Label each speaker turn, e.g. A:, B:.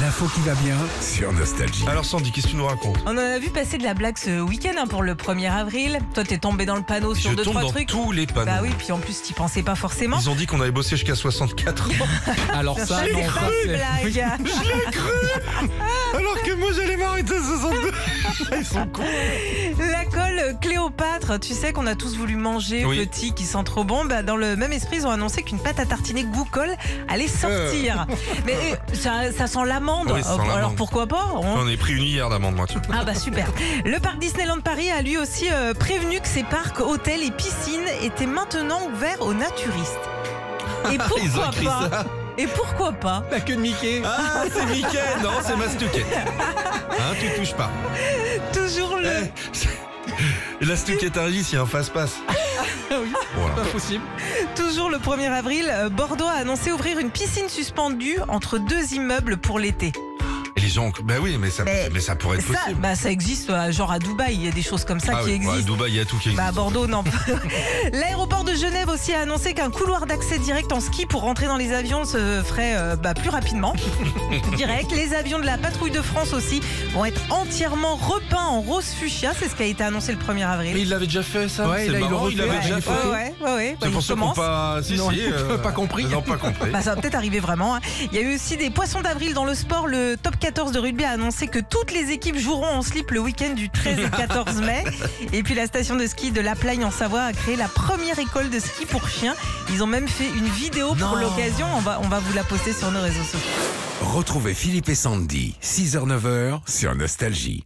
A: l'info qui va bien.
B: Sur Nostalgie.
C: Alors Sandy, qu'est-ce que tu nous racontes
D: On en a vu passer de la blague ce week-end hein, pour le 1er avril. Toi, t'es tombé dans le panneau sur
C: Je
D: deux,
C: tombe
D: trois
C: dans
D: trucs.
C: tous les panneaux.
D: Bah oui, puis en plus, t'y pensais pas forcément.
C: Ils ont dit qu'on allait bosser jusqu'à 64 ans.
A: Alors ça,
D: C'est
A: non,
D: pas
A: ça,
D: une
A: c'est-
D: blague.
C: Alors que moi j'allais m'arrêter à 62. Ils sont cons.
D: La colle Cléopâtre, tu sais qu'on a tous voulu manger
C: Oui.
D: petit qui sent trop bon. Bah, dans le même esprit, ils ont annoncé qu'une pâte à tartiner goût colle allait sortir. Mais euh, ça, ça sent l'amande.
C: Oui, ça sent
D: Alors,
C: l'amande.
D: pourquoi pas on-
C: J'en ai pris une hier d'amende, moi. tu vois.
D: Ah bah super. Le parc Disneyland Paris a lui aussi euh, prévenu que ses parcs, hôtels et piscines étaient maintenant ouverts aux naturistes.
C: Ils
D: Et
C: ont
D: pourquoi
C: écrit
D: pas
C: ça.
D: Et pourquoi pas
A: La queue de Mickey.
C: Ah, c'est Mickey, non, c'est Mastuquet. Hein, tu touches pas.
D: Toujours le.
C: Eh, La Stuquette a régi s'il y a un face-passe.
D: Ah
A: oui,
C: Voilà.
A: pas possible.
D: Toujours le 1er avril, euh, Bordeaux a annoncé ouvrir une piscine suspendue entre deux immeubles pour l'été.
C: Et les gens, bah oui, mais ça,
D: Mais-
C: mais ça pourrait être
D: Ça,
C: possible.
D: bah, ça existe, euh, genre à Dubaï, il y a des choses comme ça
C: Ah oui,
D: qui
C: ouais, à
D: existent.
C: Dubaï, il y a tout qui
D: bah, à
C: existe.
D: Bordeaux, non. L'aéroport de Genève aussi a annoncé qu'un couloir d'accès direct en ski pour rentrer dans les avions se ferait euh, bah, plus rapidement. direct. Les avions de la patrouille de France aussi vont être entièrement repeints en rose fuchsia. C'est ce qui a été annoncé le 1er avril.
C: il l'avait déjà fait, ça
A: Ouais,
C: C'est
A: là, il le
C: marrant, il
A: refait,
C: l'avait
A: ouais,
C: déjà
A: il
C: fait.
A: faut-
D: Ouais, ouais, ouais, ouais. Bah,
C: C'est
D: il
C: pour ceux qui n'ont
D: commence.
C: pas... Si,
A: Non,
C: si, euh,
A: pas compris.
C: Ils n'ont pas compris.
D: Bah, ça va peut-être arriver vraiment. hein. Il y a eu aussi des poissons d'avril dans le sport. Le top 14 de rugby a annoncé que toutes les équipes joueront en slip le week-end du 13 et 14 mai. Et puis la station de ski de La Plagne en Savoie a créé la première école de ski pour chiens. Ils ont même fait une vidéo
C: Non.
D: pour l'occasion. On va, on va vous la poster sur nos réseaux sociaux.
B: Retrouvez Philippe et Sandy, 6h-9h, sur Nostalgie.